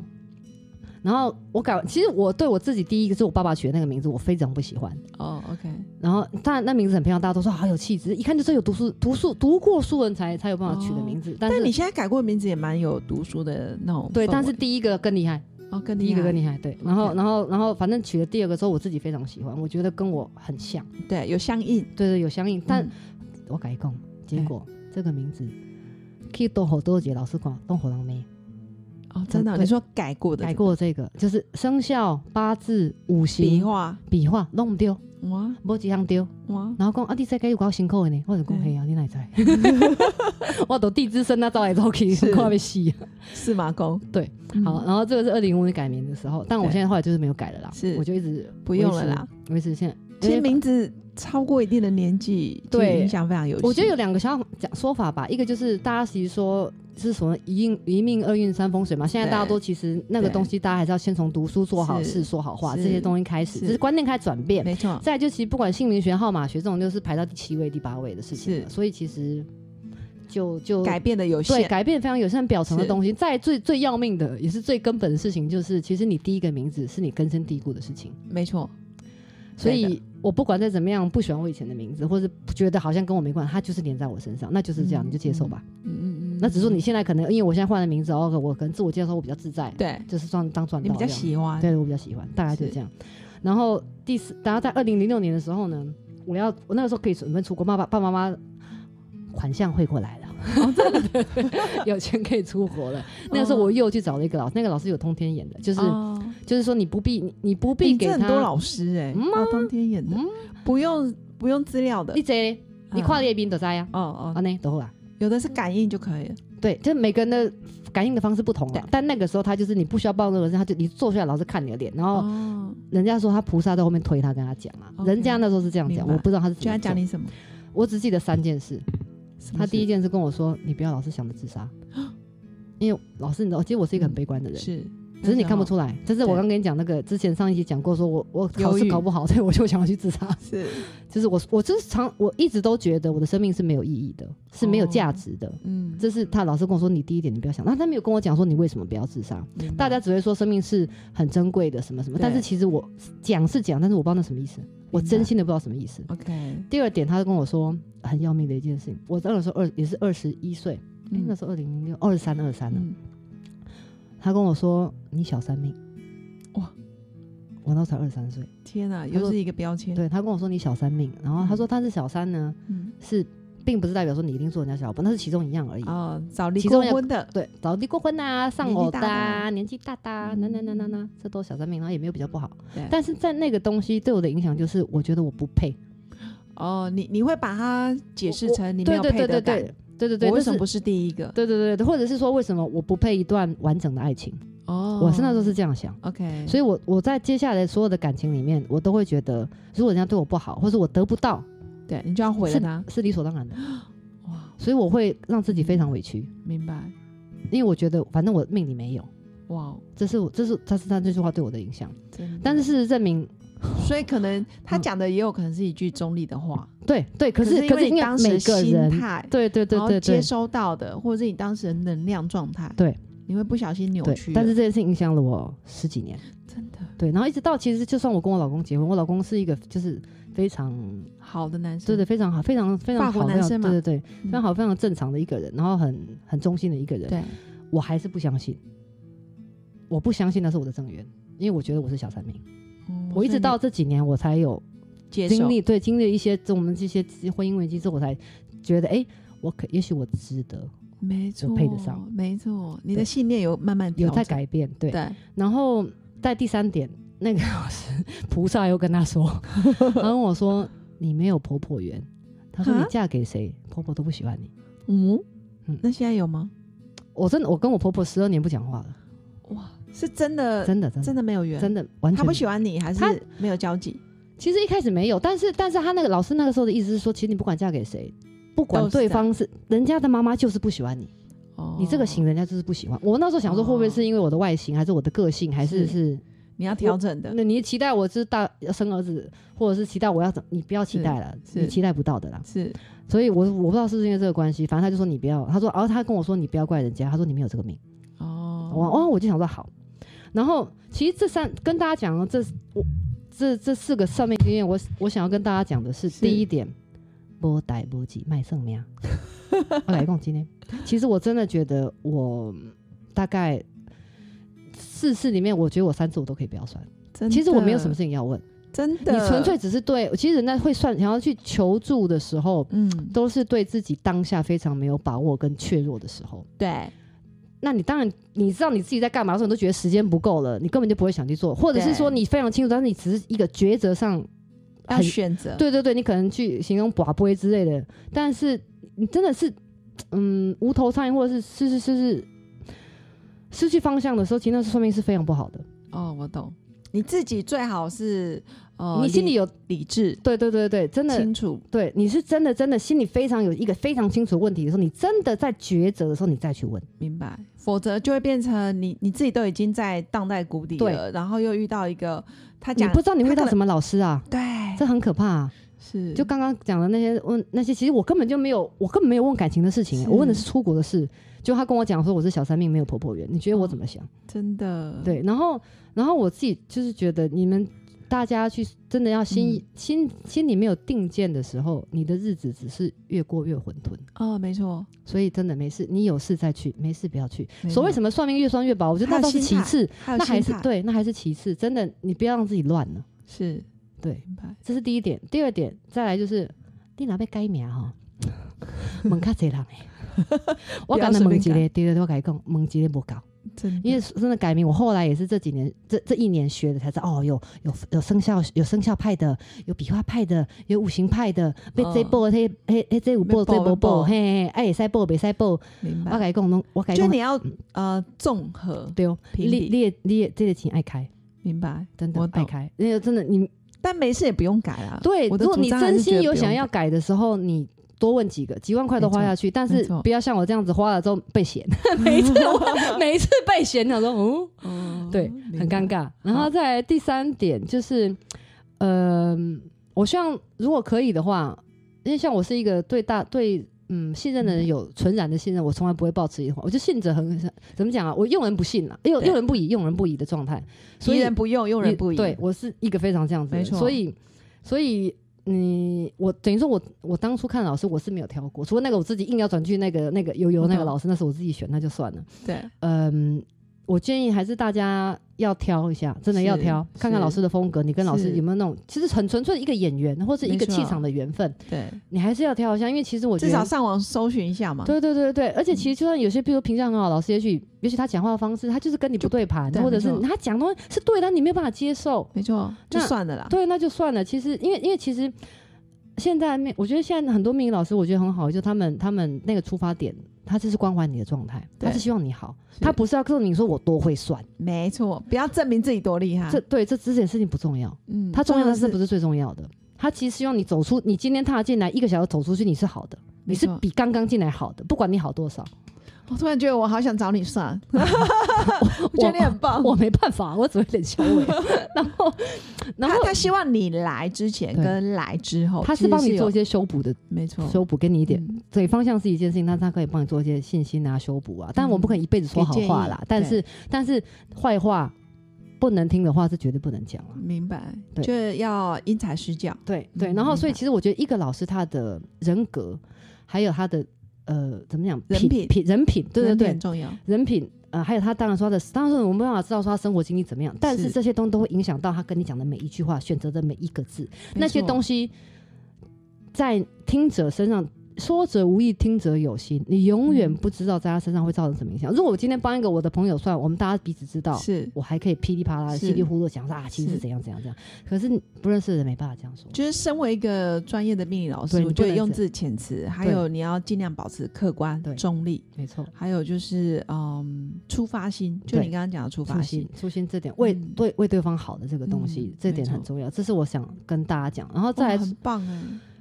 Speaker 2: 然后我改完，其实我对我自己第一个是我爸爸取的那个名字，我非常不喜欢。
Speaker 3: 哦，OK，
Speaker 2: 然后当然那名字很漂亮，大家都说好有气质，一看就是有读书、读书、读过书人才才有办法取的
Speaker 3: 哦
Speaker 2: 名字。但是
Speaker 1: 但你现在改过的名字也蛮有读书的那种氛围，
Speaker 2: 对，但是第一个更厉害，
Speaker 1: 哦更
Speaker 2: 第
Speaker 1: 厉
Speaker 2: 一个
Speaker 1: 害
Speaker 2: 更厉害，对。然后
Speaker 1: OK，
Speaker 2: 然后，然后，反正取了第二个之后，我自己非常喜欢，我觉得跟我很像，
Speaker 1: 对有相应，
Speaker 2: 对对，有相应。但
Speaker 1: 嗯哎
Speaker 2: 我改讲，结果这个名字，去多好多节老师讲东火狼妹
Speaker 1: 哦真的哦
Speaker 2: 嗯对
Speaker 1: 你说改过的
Speaker 2: 改过这个，就是生肖、八字、五
Speaker 1: 笔
Speaker 2: 行、
Speaker 1: 画
Speaker 2: 笔画弄不丢，
Speaker 1: 哇
Speaker 2: 没几项丢。
Speaker 1: 哇
Speaker 2: 然后讲啊，你这个有够辛苦的呢，我就讲
Speaker 1: 嗯
Speaker 2: 嘿啊，你哪知？ 我都地之身啊，走来走去，
Speaker 1: 是
Speaker 2: 快被死。
Speaker 1: 司马公
Speaker 2: 对
Speaker 1: 嗯
Speaker 2: 好，然后这个是二零五年改名的时候，但我
Speaker 1: 对
Speaker 2: 现在后来就是没有改了啦，
Speaker 1: 是
Speaker 2: 我就一直
Speaker 1: 不用了啦，
Speaker 2: 维持现在。
Speaker 1: 其实
Speaker 2: 因为
Speaker 1: 名字超过一定的年纪，其实
Speaker 2: 对
Speaker 1: 影响非常有。
Speaker 2: 呃我觉得有两个小讲说法吧，一个就是大家其实说是什么一应一命二运三风水嘛，现在
Speaker 3: 对
Speaker 2: 大家都其实那个
Speaker 3: 对
Speaker 2: 东西，大家还是要先从读书做好
Speaker 3: 是
Speaker 2: 事、说好话
Speaker 3: 是
Speaker 2: 这些东西开始，
Speaker 3: 是
Speaker 2: 只是观念开始转变。
Speaker 1: 没错，
Speaker 2: 再就其实不管姓名学、号码学这种，就是排到第七位、第八位的事情了，
Speaker 1: 是
Speaker 2: 所以其实就就
Speaker 1: 改变的有
Speaker 2: 对
Speaker 1: 限，
Speaker 2: 改变非常有限表层的
Speaker 1: 是
Speaker 2: 东西。再最最要命的，也是最根本的事情，就是其实你第一个名字是你根深蒂固的事情。
Speaker 1: 没错，
Speaker 2: 所
Speaker 1: 对
Speaker 2: 以我不管再怎么样不喜欢我以前的名字，或是觉得好像跟我没关系，它就是粘在我身上，那就是这样，
Speaker 1: 嗯
Speaker 2: 你就接受吧。
Speaker 1: 嗯嗯嗯，
Speaker 2: 那只是说你现在可能因为我现在换了名字，哦，我可能自我介绍我比较自在，
Speaker 1: 对
Speaker 2: 就是算当赚
Speaker 1: 你
Speaker 2: 到
Speaker 1: 比较
Speaker 2: 这样
Speaker 1: 喜欢，
Speaker 2: 对我比较喜欢，大概就是这样。然后第四，然后在二零零六年的时候呢，我要我那个时候可以准备出国，爸爸爸爸妈妈款项汇过来了。
Speaker 1: 哦
Speaker 2: 有钱可以出国了。那个时候我又去找了一个老师，那个老师有通天眼的，就是、
Speaker 1: 哦
Speaker 2: 就是说你不必你你不
Speaker 1: 欸
Speaker 2: 必
Speaker 1: 你
Speaker 2: 给
Speaker 1: 这
Speaker 2: 他
Speaker 1: 很多老师哎，
Speaker 2: 嗯
Speaker 1: 啊，当天演的
Speaker 2: 嗯，
Speaker 1: 不用不用资料的
Speaker 2: 你，这你
Speaker 1: 啊
Speaker 2: 跨列兵都在呀，
Speaker 1: 哦哦
Speaker 2: 啊，那都好啊。
Speaker 1: 有的是感应就可以了，
Speaker 2: 对，就是每个人的感应的方式不同
Speaker 1: 对
Speaker 2: 了，但那个时候他就是你不需要报任何事，他就你坐下来，老师看你的脸，然后
Speaker 1: 哦，
Speaker 2: 人家说他菩萨在后面推他，跟他讲啊，
Speaker 1: OK
Speaker 2: 人家那时候是这样讲，
Speaker 1: 明白
Speaker 2: 我不知道他是怎
Speaker 1: 就
Speaker 2: 么
Speaker 1: 他讲
Speaker 2: 讲，
Speaker 1: 你什么？
Speaker 2: 我只记得三件事，
Speaker 1: 什么
Speaker 2: 他第一
Speaker 1: 事
Speaker 2: 件事跟我说，你不要老是想着 自杀，因为老师你知道，其实我是一个很悲观的人，
Speaker 1: 嗯是，哦
Speaker 2: 只是你看不出来，这是我
Speaker 1: 对
Speaker 2: 刚跟你讲那个之前上一期讲过，说我我考
Speaker 1: 忧
Speaker 2: 试
Speaker 1: 郁
Speaker 2: 考不好，所以 我就想要去自杀，
Speaker 1: 哦是，
Speaker 2: 就是我我就是常我一直都觉得我的生命是没有意义的，是没有
Speaker 1: 哦
Speaker 2: 价值的。
Speaker 1: 嗯，
Speaker 2: 这是他老师跟我说，你第一点你不要想，那他没有跟我讲说你为什么不要自杀，
Speaker 1: 明白
Speaker 2: 大家只会说生命是很珍贵的什么什么，
Speaker 1: 嗯对
Speaker 2: 但是其实我讲是讲，但是我不知道那什么意思，我真心的不知道什么意思。
Speaker 1: OK，
Speaker 2: 第二点，他就跟我说很要命的一件事情，我那个时候二也是二十一岁，哎
Speaker 1: 嗯
Speaker 2: 那时候二零零六二三二三呢，
Speaker 1: 嗯
Speaker 2: 他跟我说你小三命，
Speaker 1: 哇，
Speaker 2: 我那时候才二十三岁。
Speaker 1: 天哪，
Speaker 2: 他
Speaker 1: 又
Speaker 2: 说
Speaker 1: 是一个标签。
Speaker 2: 对他跟我说你小三命，然后他说他是小三呢，
Speaker 1: 嗯，
Speaker 2: 是并不是代表说你一定做人家小老婆，那是其中一样而已。
Speaker 1: 哦，早离
Speaker 2: 其中
Speaker 1: 过
Speaker 2: 一个
Speaker 1: 婚的，
Speaker 2: 对，早离过婚的啊，上
Speaker 1: 年纪
Speaker 2: 偶
Speaker 1: 大
Speaker 2: 的
Speaker 1: 的
Speaker 2: 啊，
Speaker 1: 啊
Speaker 2: 年纪大的啊，嗯那那那那那，这都小三命，然后也没有比较不好
Speaker 1: 对。
Speaker 2: 但是在那个东西对我的影响就是，我觉得我不配。
Speaker 1: 哦，你你会把它解释
Speaker 2: 我
Speaker 1: 成你没
Speaker 2: 对
Speaker 1: 有
Speaker 2: 对
Speaker 1: 配
Speaker 2: 对
Speaker 1: 得
Speaker 2: 对
Speaker 1: 感，
Speaker 2: 对对对对，
Speaker 1: 我为
Speaker 2: 那
Speaker 1: 什么
Speaker 2: 是
Speaker 1: 不是第一个？
Speaker 2: 对对对对，或者是说为什么我不配一段完整的爱情？
Speaker 1: 哦，
Speaker 2: 我是那时候是这样想。
Speaker 1: OK，
Speaker 2: 所以我我在接下来所有的感情里面，我都会觉得，如果人家对我不好，或者我得不到，
Speaker 1: 对你就要毁了他。
Speaker 2: 是理所当然的。
Speaker 1: 哇，
Speaker 2: 所以我会让自己非常委屈，
Speaker 1: 明白。
Speaker 2: 因为我觉得反正我命里没有，
Speaker 1: 哇，哦
Speaker 2: 这是我这是他是他这句话对我的影响。
Speaker 1: 真的
Speaker 2: 但是事实证明，
Speaker 1: 所以可能他
Speaker 2: 嗯
Speaker 1: 讲的也有可能是一句中立的话，
Speaker 2: 对对，可是
Speaker 1: 因
Speaker 2: 可
Speaker 1: 为
Speaker 2: 是
Speaker 1: 你
Speaker 2: 因
Speaker 1: 当
Speaker 2: 为
Speaker 1: 时
Speaker 2: 每个
Speaker 1: 心
Speaker 2: 人，
Speaker 1: 态，
Speaker 2: 对对对
Speaker 1: 然后
Speaker 2: 对
Speaker 1: 接
Speaker 2: 对
Speaker 1: 收到的，或者是你当时的能量状态，
Speaker 2: 对，
Speaker 1: 你会不小心扭
Speaker 2: 对
Speaker 1: 曲，了。
Speaker 2: 但是这件事情影响了我十几年，
Speaker 1: 真的
Speaker 2: 对，然后一直到其实就算我跟我老公结婚，我老公是一个就是非常
Speaker 1: 好的男
Speaker 2: 对
Speaker 1: 生，
Speaker 2: 对非常好非常非
Speaker 1: 法
Speaker 2: 常
Speaker 1: 国
Speaker 2: 好非
Speaker 1: 男
Speaker 2: 常
Speaker 1: 生嘛
Speaker 2: 对对对
Speaker 1: 嗯
Speaker 2: 非常好非常正常的一个人，然后很很忠心的一个人，
Speaker 1: 对，
Speaker 2: 我还是不相信，我不相信那是我的正缘，因为我觉得我是小三命。
Speaker 1: 嗯
Speaker 2: 我
Speaker 1: 所
Speaker 2: 一
Speaker 1: 以
Speaker 2: 直
Speaker 1: 你
Speaker 2: 到这几年我才有
Speaker 1: 接受
Speaker 2: 经历，对经历一些我们这些婚姻危机之后，我才觉得，哎、我可也许我值得
Speaker 1: 没错，
Speaker 2: 我配得上，
Speaker 1: 没错，你的
Speaker 2: 对
Speaker 1: 信念有慢慢
Speaker 2: 有
Speaker 1: 调
Speaker 2: 在
Speaker 1: 整，
Speaker 2: 改变。对，
Speaker 1: 对，
Speaker 2: 然后在第三点，那个老师菩萨又跟 他说，他跟我说你没有婆婆缘，他说
Speaker 1: 哈
Speaker 2: 你嫁给谁，婆婆都不喜欢你。
Speaker 1: 嗯
Speaker 2: 嗯，
Speaker 1: 那现在有吗？
Speaker 2: 我真的，我跟我婆婆十二年不讲话了，
Speaker 1: 哇，是真的，
Speaker 2: 真的，真
Speaker 1: 呃真
Speaker 2: 的，
Speaker 1: 的没有缘，
Speaker 2: 真的完
Speaker 1: 他
Speaker 2: 全
Speaker 1: 不。喜欢你，还
Speaker 2: 他
Speaker 1: 是没有交集，
Speaker 2: 其实一开始没有，但是但是他那个老师那个时候的意思是说，其实你不管嫁给谁，不管
Speaker 1: 都是
Speaker 2: 对
Speaker 1: 这样
Speaker 2: 方是人家的妈妈就是不喜欢你。
Speaker 1: 哦
Speaker 2: 你这个型，人家就是不喜欢。我那时候想说，会不会是因为我的外形，还是我的个性，还是是？
Speaker 1: 你要调整的，
Speaker 2: 那你期待我是大要生儿子，或者是期待我要怎？你不要期待了，
Speaker 1: 是是
Speaker 2: 你期待不到的啦。
Speaker 1: 是
Speaker 2: 所以我我不知道是不是因为这个关系，反正他就说你不要，他说，然后他跟我说你不要怪人家，他说你没有这个命。我
Speaker 1: 哦，
Speaker 2: 哦，我就想说好。然后其实这三跟大家讲哦，这我这这四个上面经验，我我想要跟大家讲的是，
Speaker 1: 是
Speaker 2: 第一点，波歹波吉卖圣命。我来讲今天，其实我真的觉得我大概四次里面，我觉得我三次我都可以不要算。
Speaker 1: 真
Speaker 2: 其实我没有
Speaker 1: 的
Speaker 2: 什么事情要问，
Speaker 1: 真
Speaker 2: 你
Speaker 1: 的，
Speaker 2: 纯粹只是对，其实人家会算，想要去求助的时候，
Speaker 1: 嗯，
Speaker 2: 都是对自己当下非常没有把握跟怯弱的时候。
Speaker 1: 对，
Speaker 2: 那你当然你知道你自己在干嘛的时候，你都觉得时间不够了，你根本就不会想去做，或者是说
Speaker 1: 对
Speaker 2: 你非常清楚，但是你只是一个抉择上
Speaker 1: 要
Speaker 2: 很
Speaker 1: 选择，
Speaker 2: 对对对，你可能去形容寡杯之类的，但是你真的是嗯无头苍蝇，或者是是是是是失去方向的时候，其实那说明是非常不好的。
Speaker 1: 哦，我懂，你自己最好是呃，
Speaker 2: 你心里
Speaker 1: 有
Speaker 2: 有
Speaker 1: 理智。
Speaker 2: 对对对对，真的
Speaker 1: 清楚，
Speaker 2: 对，你是真的真的心里非常有一个非常清楚的问题的时候，你真的在抉择的时候，你再去问。
Speaker 1: 明白，否则就会变成你你自己都已经在荡在谷底
Speaker 2: 对
Speaker 1: 了，然后又遇到一个他
Speaker 2: 你
Speaker 1: 讲
Speaker 2: 不知道你会遇
Speaker 1: 他
Speaker 2: 到
Speaker 1: 可能
Speaker 2: 什么老师啊，
Speaker 1: 对，
Speaker 2: 这很可怕、啊。
Speaker 1: 是
Speaker 2: 就刚刚讲的那些问那些，其实我根本就没有，我根本没有问感情的事情、欸
Speaker 1: 是
Speaker 2: 我问的是出国的事。就他跟我讲说我是小三命，没有婆婆缘，你觉得我怎么想？
Speaker 1: 真的
Speaker 2: 对，然后然后我自己就是觉得你们大家去真的要心、
Speaker 1: 嗯
Speaker 2: 心心里没有定见的时候，你的日子只是越过越混沌。
Speaker 1: 哦，没错，
Speaker 2: 所以真的没事，你有事再去，没事不要去。
Speaker 1: 没错
Speaker 2: 所谓什么算命越算越薄，我觉得那倒是其次，
Speaker 1: 还有
Speaker 2: 那还
Speaker 1: 心
Speaker 2: 是
Speaker 1: 态
Speaker 2: 对，那还是其次。真的，你不要让自己乱了。
Speaker 1: 是
Speaker 2: 对，
Speaker 1: 明白
Speaker 2: 这是第一点。第二点，再来就是你若要改名吼， 问较侪人诶。我刚才问一
Speaker 1: 不要随便改
Speaker 2: 个，对对对，我跟你讲，问一个不够，
Speaker 1: 真的
Speaker 2: 因为真的改名，我后来也是这几年这这一年学的才知道，哦，有有有生肖有生肖派的，有笔画派的，有五行派的，被
Speaker 1: 嗯
Speaker 2: 这报那那那这有报这无报，嘿，哎会使报袂使报，我
Speaker 1: 明白
Speaker 2: 跟，你讲，拢我跟你
Speaker 1: 就
Speaker 2: 讲
Speaker 1: 你，要呃综合
Speaker 2: 对哦，
Speaker 1: 评
Speaker 2: 你
Speaker 1: 比，
Speaker 2: 你的你的这个钱爱开，
Speaker 1: 明白，
Speaker 2: 真
Speaker 1: 我
Speaker 2: 的
Speaker 1: 懂
Speaker 2: 爱开，因为真的你
Speaker 1: 但没事也不用改啦。
Speaker 2: 对，
Speaker 1: 我的
Speaker 2: 如果
Speaker 1: 主
Speaker 2: 你
Speaker 1: 张还是
Speaker 2: 真
Speaker 1: 觉
Speaker 2: 心
Speaker 1: 得
Speaker 2: 有
Speaker 1: 不
Speaker 2: 想
Speaker 1: 用
Speaker 2: 要改的时候，你多问几个，几万块都花下去，但
Speaker 1: 没
Speaker 2: 是
Speaker 1: 错
Speaker 2: 不要像我这样子花了之后被嫌，每一次 我每一次被嫌，想说哦，
Speaker 1: 哦
Speaker 2: 对，很尴。尬。然后再来第三点就是，嗯、我希望如果可以的话，因为像我是一个对大对。嗯，信任的人
Speaker 1: 嗯
Speaker 2: 有纯然的信任，我从来不会抱持疑惑，我就信者恒怎么讲啊？我用人不信了，用
Speaker 1: 对
Speaker 2: 用人不疑，用人不疑的状态，所
Speaker 1: 所以
Speaker 2: 以
Speaker 1: 人不用，用人不疑。
Speaker 2: 对，我是一个非常这样子的人，
Speaker 1: 没错
Speaker 2: 所以所以你我等于说我我当初看老师我是没有挑过，除了那个我自己硬要转去那个那个悠悠那
Speaker 1: 我
Speaker 2: 个
Speaker 1: 懂
Speaker 2: 老师，那是我自己选，那就算了。
Speaker 1: 对，
Speaker 2: 嗯，我建议还是大家要挑一下，真的要
Speaker 3: 是
Speaker 2: 挑，看
Speaker 3: 是
Speaker 2: 看老师的风格，你跟老师
Speaker 3: 是
Speaker 2: 有没有那种，其实很纯粹的一个演员或是一个
Speaker 3: 没错
Speaker 2: 气场的缘分，
Speaker 3: 对，
Speaker 2: 你还是要挑一下，因为其实我觉
Speaker 1: 至少
Speaker 2: 得。
Speaker 1: 上网搜寻一下嘛。
Speaker 2: 对对对对，而且其实就算有些，比如评价很好，老师也许也许他讲话的方式，他就是跟你不对盘，
Speaker 1: 对
Speaker 2: 或者
Speaker 1: 没
Speaker 2: 是
Speaker 1: 错
Speaker 2: 他讲的东西是对的，你没有办法接受，
Speaker 1: 没错，就
Speaker 2: 那
Speaker 1: 算了啦。
Speaker 2: 对，那就算了。其实，因为因为其实现在面，我觉得现在很多命理老师，我觉得很好，就是他们他们那个出发点，他就是关怀你的状态，他
Speaker 3: 对
Speaker 2: 是希望你好，
Speaker 3: 是
Speaker 2: 他不是要告诉你说我多会算，
Speaker 1: 没错，不要证明自己多厉害。
Speaker 2: 这对这这件事情不重要，
Speaker 1: 啊嗯
Speaker 2: 他重要的是不
Speaker 1: 是？
Speaker 2: 是最重要的？他其实希望你走出，你今天踏进来一个小时走出去，你是好的，你是
Speaker 1: 没错
Speaker 2: 比刚刚进来好的，不管你好多少。
Speaker 1: 我突然觉得我好想找你 算，我觉得你很棒。
Speaker 2: 我没办法，我只会脸小尾。 然后，然后
Speaker 1: 他他希望你来之前
Speaker 2: 对
Speaker 1: 跟来之后，
Speaker 2: 他
Speaker 1: 其
Speaker 2: 是
Speaker 1: 实
Speaker 2: 帮你
Speaker 1: 有哦
Speaker 2: 做一些修补的，
Speaker 1: 没错，
Speaker 2: 修补给你一点
Speaker 1: 嗯
Speaker 2: 对，方向是一件事情，但是他可以帮你做一些信心啊、修补啊。
Speaker 1: 嗯
Speaker 2: 但我们不可能一辈子说好话啦，
Speaker 1: 给建
Speaker 2: 但
Speaker 1: 议
Speaker 2: 是但是坏话不能听的话是绝对不能讲啊。
Speaker 1: 明白，
Speaker 2: 对
Speaker 1: 就是要因材施教。
Speaker 2: 对对，
Speaker 1: 嗯
Speaker 2: 然后
Speaker 1: 明
Speaker 2: 所以
Speaker 1: 白
Speaker 2: 其实我觉得一个老师他的人格，还有他的呃怎么讲
Speaker 1: 人品
Speaker 2: 品人品，对对
Speaker 1: 人品
Speaker 2: 对
Speaker 1: 很，重要。
Speaker 2: 人品呃还有他当然说他的，当然说我们没办法知道说他生活经历怎么样，但是
Speaker 1: 是
Speaker 2: 这些东西都会影响到他跟你讲的每一句话，选择的每一个字，那些东
Speaker 1: 西，
Speaker 2: 西在听者身上，说者无意，听者有心。你永远
Speaker 1: 嗯
Speaker 2: 不知道在他身上会造成什么影响。如果我今天帮一个我的朋友算，我们大家彼此知道，
Speaker 1: 是
Speaker 2: 我还可以噼里啪啦的
Speaker 1: 是
Speaker 2: 稀里糊涂地讲说啊，其实是
Speaker 1: 是
Speaker 2: 怎样怎样怎样。可是你不认识的人没办法这样说。
Speaker 1: 就是身为一个专业的命理老
Speaker 2: 对
Speaker 1: 师，
Speaker 2: 你
Speaker 1: 我
Speaker 2: 不
Speaker 1: 觉得
Speaker 2: 能
Speaker 1: 用
Speaker 2: 这
Speaker 1: 字遣词，还有你要尽量保持客观
Speaker 2: 对、
Speaker 1: 中立，
Speaker 2: 没错，
Speaker 1: 还有就是嗯，出发心，就
Speaker 2: 对
Speaker 1: 你刚刚讲的出
Speaker 2: 初
Speaker 1: 发心
Speaker 2: 心，初心这点为
Speaker 1: 嗯
Speaker 2: 对为对方好的这个东西
Speaker 1: 嗯，
Speaker 2: 这点
Speaker 1: 没错
Speaker 2: 很重要。这是我想跟大家讲。然后
Speaker 1: 哇
Speaker 2: 再来
Speaker 1: 很棒哎，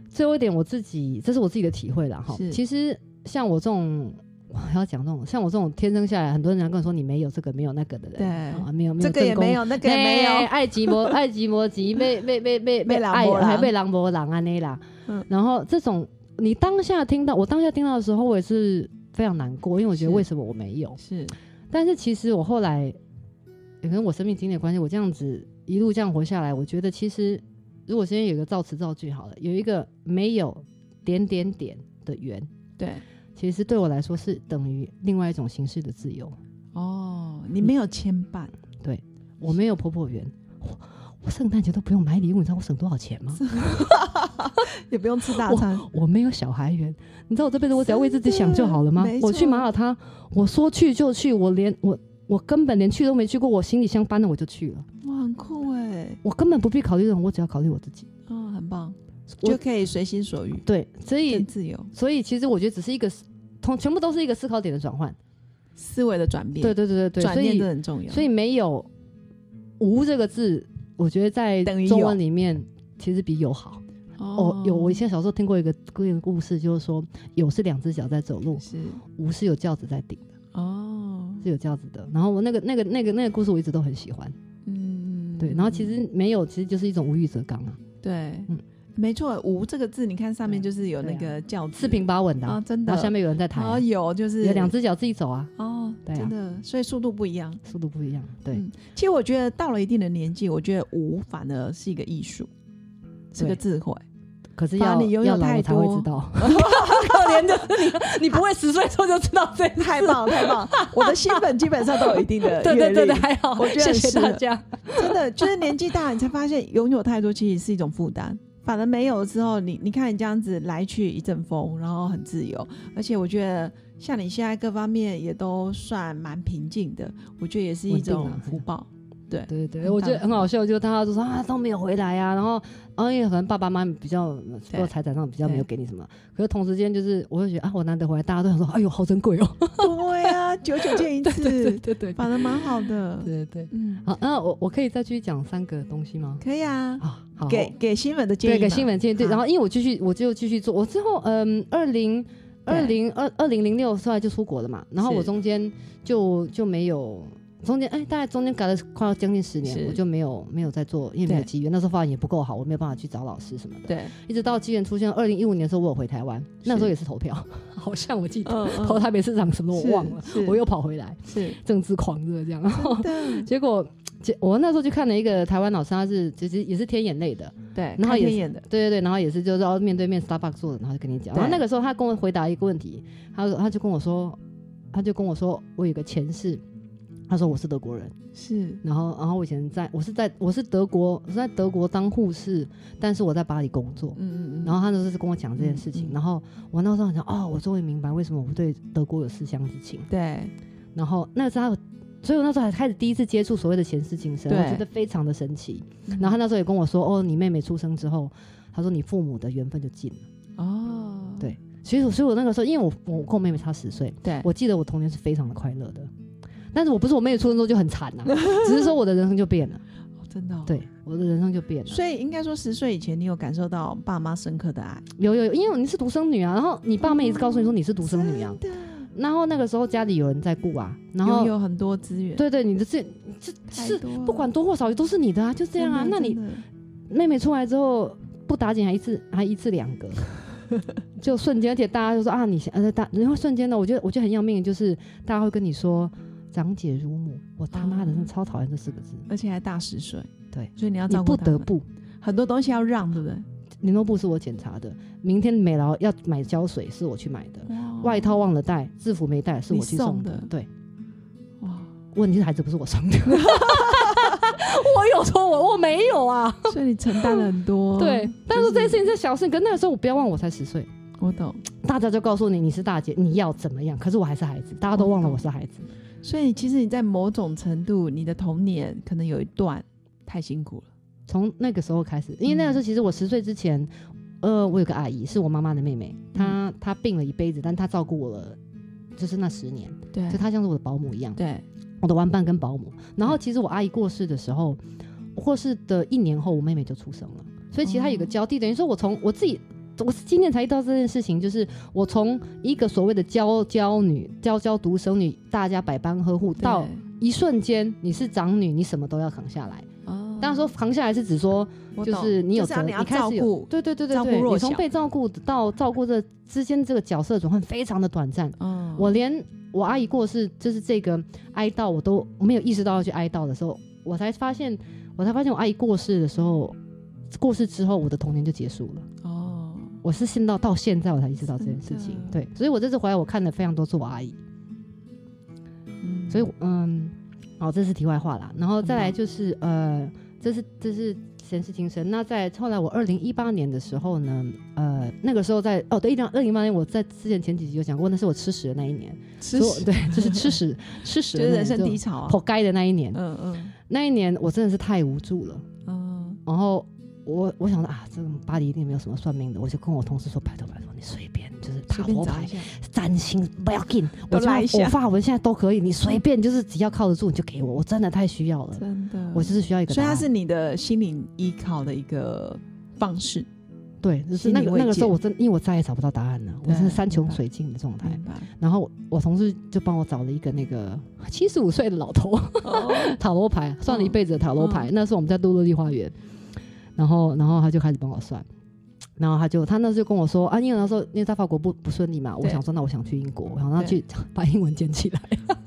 Speaker 2: 最后一点，我自己这是我自己的体会啦哈。
Speaker 1: 是
Speaker 2: 其实像我这种，我要讲这种，像我这种天生下来，很多人要跟我说你没有这个没有那个的人，
Speaker 1: 对
Speaker 2: 啊，没有没有
Speaker 1: 这个也
Speaker 2: 正宫
Speaker 1: 没，有，那个也没
Speaker 2: 哎
Speaker 1: 有，
Speaker 2: 爱极摩爱极摩极被被被被
Speaker 1: 被狼
Speaker 2: 爱
Speaker 1: 魔狼
Speaker 2: 还被狼魔狼啊那啦
Speaker 1: 嗯。
Speaker 2: 然后这种你当下听到，我当下听到的时候，我也是非常难过，因为我觉得
Speaker 1: 是
Speaker 2: 为什么我没有？
Speaker 1: 是
Speaker 2: 但是其实我后来，也可能我生命经历的关系，我这样子一路这样活下来，我觉得其实如果今天有一个造词造句好了，有一个没有点点点的圆，
Speaker 1: 对
Speaker 2: 其实对我来说是等于另外一种形式的自由。
Speaker 1: 哦，你没有牵 绊，
Speaker 2: 我没有婆婆圆，我我圣诞节都不用买礼物，你知道我省多少钱吗？
Speaker 1: 也不用吃大餐，
Speaker 2: 我没有小孩缘，你知道我这辈子我只要为自己想就好了吗
Speaker 1: 真的没？错
Speaker 2: 我去马耳他，我说去就去，我连我我根本连去都没去过，我行李箱搬了我就去了，
Speaker 1: 哇，很酷哎，
Speaker 2: 我根本不必考虑任何，我只要考虑我自己。
Speaker 1: 哦，很棒，
Speaker 2: 我
Speaker 1: 就可以随心所欲，
Speaker 2: 对，所
Speaker 1: 更
Speaker 2: 以
Speaker 1: 自由，
Speaker 2: 所以其实我觉得只是一个思同全部都是一个思考点的转换。
Speaker 1: 思维的转变，
Speaker 2: 对对对对对，
Speaker 1: 转
Speaker 2: 所
Speaker 1: 念真的
Speaker 2: 以
Speaker 1: 很重要，
Speaker 2: 所以没有“无”这个字，我觉得在
Speaker 1: 等于有
Speaker 2: 中文里面其实比“有”好。哦，有我以前小时候听过一个故一个故事，就是说“有”是两只脚在走路，
Speaker 1: 是
Speaker 2: 无是有轿子在顶的，
Speaker 1: 哦，
Speaker 2: 是有轿子的。然后我那个那个那个那个故事我一直都很喜欢，
Speaker 1: 嗯，
Speaker 2: 对。然后其实没有，其实就是一种无欲则刚啊，
Speaker 1: 对，
Speaker 2: 嗯
Speaker 1: 没错，无这个字，你看上面就是有那
Speaker 2: 对啊
Speaker 1: 个教字
Speaker 2: 四平八稳的
Speaker 1: 啊，
Speaker 2: 啊，
Speaker 1: 真
Speaker 2: 然
Speaker 1: 的，
Speaker 2: 后下面有人在抬啊
Speaker 1: 哦，有就是
Speaker 2: 有两只脚自己走啊，
Speaker 1: 哦，
Speaker 2: 对啊
Speaker 1: 真的，所以速度不一样。
Speaker 2: 速度不一样，对
Speaker 1: 嗯其实我觉得到了一定的年纪，我觉得无反而是一个艺术，是个智慧。
Speaker 2: 可是
Speaker 1: 反而
Speaker 2: 要
Speaker 1: 你拥有
Speaker 2: 要老
Speaker 1: 太
Speaker 2: 了才会
Speaker 1: 多
Speaker 2: 知道， 可怜的你，你不会十岁的时候就知道 这
Speaker 1: 太棒了，太棒了！我的新粉基本上都有一 定的
Speaker 2: 对对对对，
Speaker 1: 阅历
Speaker 2: 还好，
Speaker 1: 我觉得
Speaker 2: 谢
Speaker 1: 很
Speaker 2: 谢
Speaker 1: 适合
Speaker 2: 大家。
Speaker 1: 真的就是年纪大，你才发现拥有太多其实是一种负担。反而没有之后，你你看你这样子来去一阵风，然后很自由，而且我觉得像你现在各方面也都算蛮平静的，我觉得也是一种
Speaker 2: 稳定啊
Speaker 1: 福报。
Speaker 2: 对对对，
Speaker 1: 很
Speaker 2: 我觉得
Speaker 1: 棒
Speaker 2: 很好笑，就是大家都说啊都没有回来啊，然后然后因为可能爸爸妈妈比较
Speaker 1: 对
Speaker 2: 或财产上比较没有给你什么，可是同时间就是我会觉得啊我难得回来，大家都想说哎呦好珍贵哦，
Speaker 1: 对啊，久久见一
Speaker 2: 对
Speaker 1: 次，
Speaker 2: 对对对
Speaker 1: 反正蛮好的。
Speaker 2: 对对。
Speaker 1: 嗯，
Speaker 2: 好，那我我可以再继续讲三个东西吗？
Speaker 1: 可以啊，
Speaker 2: 啊，好，
Speaker 1: 给给新粉的建
Speaker 2: 对
Speaker 1: 议嘛，
Speaker 2: 给新闻建议嗯对，
Speaker 1: 好
Speaker 2: 然后因为我继续我就继续做，我之后嗯二零。二零二二零零六后来就出国了嘛，然后
Speaker 1: 是
Speaker 2: 我中间就就没有中间哎、大概中间隔了快要将近十年
Speaker 1: 是，
Speaker 2: 我就没有没有再做，因为没有
Speaker 1: 对
Speaker 2: 机缘，那时候发展也不够好，我没有办法去找老师什么的。
Speaker 1: 对，
Speaker 2: 一直到机缘出现，二零一五年的时候我有回台湾，那时候也是投票， 好像我记得、
Speaker 1: 嗯
Speaker 2: 投 台北市长什么我
Speaker 1: 是
Speaker 2: 忘了
Speaker 1: 是，
Speaker 2: 我又跑回来，
Speaker 1: 是
Speaker 2: 政治狂热这样， 然后
Speaker 1: 对
Speaker 2: 结果结我那时候去看了一个台湾老师，他是其实也是天眼类的，
Speaker 1: 对，
Speaker 2: 然后
Speaker 1: 看
Speaker 2: 也
Speaker 1: 天
Speaker 2: 是
Speaker 1: 眼的，
Speaker 2: 对对对，然后也是就是要面对面 Starbucks 坐着，然后就跟你讲。
Speaker 1: 对
Speaker 2: 然后那个时候他跟我回答一个问题，他说他就跟我说，他就跟我说我有个前世，他说我是德国人，
Speaker 1: 是
Speaker 2: 然后然后我以前在我是在我是德国，我是在德国当护士，但是我在巴黎工作。
Speaker 1: 嗯嗯嗯，
Speaker 2: 然后他那时候是跟我讲这件事情，
Speaker 1: 嗯嗯
Speaker 2: 然后我那时候很想，哦，我终于明白为什么我对德国有思乡之情。
Speaker 1: 对
Speaker 2: 然后那时候，所以我那时候还开始第一次接触所谓的前世今生，
Speaker 1: 对
Speaker 2: 我觉得非常的神奇。然后他那时候也跟我说，哦，你妹妹出生之后，他说你父母的缘分就尽了。
Speaker 1: 哦，
Speaker 2: 对其实我，所以我那个时候，因为我我跟我妹妹差十岁，
Speaker 1: 对，
Speaker 2: 我记得我童年是非常的快乐的。但是我不是我妹妹出生之后就很惨呐、只是说我的人生就变了，
Speaker 1: 哦真的、哦、。
Speaker 2: 对，我的人生就变了。
Speaker 1: 所以应该说，十岁以前你有感受到爸妈深刻的爱，
Speaker 2: 有有，有，因为你是独生女啊，然后你爸妹一直告诉你说你是独生女啊，
Speaker 1: 真的，
Speaker 2: 然后那个时候家里有人在顾啊，然后
Speaker 1: 拥有很多资源，
Speaker 2: 对对，你的这这
Speaker 1: 太
Speaker 2: 是
Speaker 1: 多了，
Speaker 2: 不管多或少都是你的啊，就这样啊。
Speaker 1: 真的
Speaker 2: 那你
Speaker 1: 真的
Speaker 2: 妹妹出来之后不打紧，还一次还一次两 个，就瞬间，而且大家就说啊，你呃大，然后瞬间呢，我觉得我觉得很要命，就是大家会跟你说长姐如母，我他妈的
Speaker 1: 哦
Speaker 2: 真的超讨厌这四个字，
Speaker 1: 而且还大十岁，
Speaker 2: 对，
Speaker 1: 所以你要
Speaker 2: 你
Speaker 1: 照顾
Speaker 2: 不
Speaker 1: 他
Speaker 2: 得
Speaker 1: 们，
Speaker 2: 不。
Speaker 1: 很多东西要让，对不对？
Speaker 2: 联络部是我检查的，明天美劳要买胶水是我去买的，外套忘了带，制服没带是我去送
Speaker 1: 哦你送的
Speaker 2: 对，
Speaker 1: 哇，
Speaker 2: 问题是孩子不是 我送的，我有说我我没有啊。
Speaker 1: 所以你承担了很多，
Speaker 2: 对，但是这
Speaker 1: 哦就
Speaker 2: 件事情是小事，可是那个时候我不要忘，我才十岁，
Speaker 1: 我懂。
Speaker 2: 大家就告诉你你是大姐，你要怎么样，可是我还是孩子，大家都忘了我是孩子。
Speaker 1: 所以其实你在某种程度，你的童年可能有一段太辛苦了，
Speaker 2: 从那个时候开始，因为那个时候其实我十岁之前，呃，我有个阿姨是我妈妈的妹妹，
Speaker 1: 嗯
Speaker 2: 她她病了一辈子，但她照顾我了，就是那十年，
Speaker 1: 对
Speaker 2: 就她像是我的保姆一样，
Speaker 1: 对，
Speaker 2: 我的玩伴跟保姆。然后其实我阿姨过世的时候，过世的一年后，我妹妹就出生了，所以其实她有个交
Speaker 1: 哦
Speaker 2: 替，等于说我从我自己。我是今年才意识到这件事情，就是我从一个所谓的娇娇女、娇娇独生女，大家百般呵护，到
Speaker 1: 对
Speaker 2: 一瞬间你是长女，你什么都要扛下来。
Speaker 1: 哦
Speaker 2: 当然说扛下来是指说，
Speaker 1: 我
Speaker 2: 嗯就
Speaker 1: 懂
Speaker 2: 是你有
Speaker 1: 就是要啊
Speaker 2: 责，
Speaker 1: 你要
Speaker 2: 开
Speaker 1: 照
Speaker 2: 始有
Speaker 1: 顾，
Speaker 2: 对对对对
Speaker 1: 照顾
Speaker 2: 对，
Speaker 1: 弱
Speaker 2: 你从
Speaker 1: 小
Speaker 2: 被照顾到照顾这之间这个角色转换非常的短暂，
Speaker 1: 嗯
Speaker 2: 我连我阿姨过世，就是这个哀悼，我都没有意识到要去哀悼的时候，我才发现，我才发现我阿姨过世的时候，过世之后，我的童年就结束了。
Speaker 1: 哦，
Speaker 2: 我是现到到现在我才意识到这件事情
Speaker 1: 真的，
Speaker 2: 对，所以我这次回来我看了非常多次我阿姨，
Speaker 1: 嗯
Speaker 2: 所以我嗯，哦，这是题外话啦。然后再来就是呃，这是这是前世今生。那在后来我二零一八年的时候呢，呃，那个时候在哦对，一零二零一八年我在之前前几集有讲过，那是我吃屎的那一年。
Speaker 1: 吃
Speaker 2: 所以 我
Speaker 1: 屎
Speaker 2: 对， 就是吃屎吃屎
Speaker 1: 就是
Speaker 2: 的那
Speaker 1: 人
Speaker 2: 一
Speaker 1: 生
Speaker 2: 种
Speaker 1: 低潮啊，
Speaker 2: 活该的那一年，
Speaker 1: 嗯嗯
Speaker 2: 那一年我真的是太无助了。
Speaker 1: 嗯，
Speaker 2: 然后我我想说啊，这个巴黎一定没有什么算命的，我就跟我同事说，拜托拜托，你随便就是塔
Speaker 1: 随便
Speaker 2: 罗
Speaker 1: 找
Speaker 2: 牌
Speaker 1: 一、下，
Speaker 2: 占星不要紧，我
Speaker 1: 都来一
Speaker 2: 家我
Speaker 1: 下嗯
Speaker 2: 发文现在都可以，你随便就是只要靠得住你就给我，我真的太需要了，
Speaker 1: 真的，
Speaker 2: 我就是需要一个
Speaker 1: 所以
Speaker 2: 答
Speaker 1: 它
Speaker 2: 案。
Speaker 1: 是你的心灵依靠的一个方式，
Speaker 2: 对，就是
Speaker 1: 心
Speaker 2: 那
Speaker 1: 理
Speaker 2: 个
Speaker 1: 慰
Speaker 2: 那个时候
Speaker 1: 藉
Speaker 2: 我真因为我再也找不到答案了，我
Speaker 1: 对
Speaker 2: 真的山穷
Speaker 1: 明白嗯
Speaker 2: 水尽的状态。
Speaker 1: 明白？
Speaker 2: 然后我我同事就帮我找了一个那个七十五岁的老头。
Speaker 1: 哦
Speaker 2: 塔罗牌，啊算了一辈子的塔罗
Speaker 1: 嗯
Speaker 2: 牌。那时候我们在杜乐丽花园，然后然后他就开始帮我算，然后他就他那时候就跟我说啊，因为那时候因为在法国不不顺利嘛，我
Speaker 1: 对
Speaker 2: 想说那我想去英国，我想要去 把英文捡起来。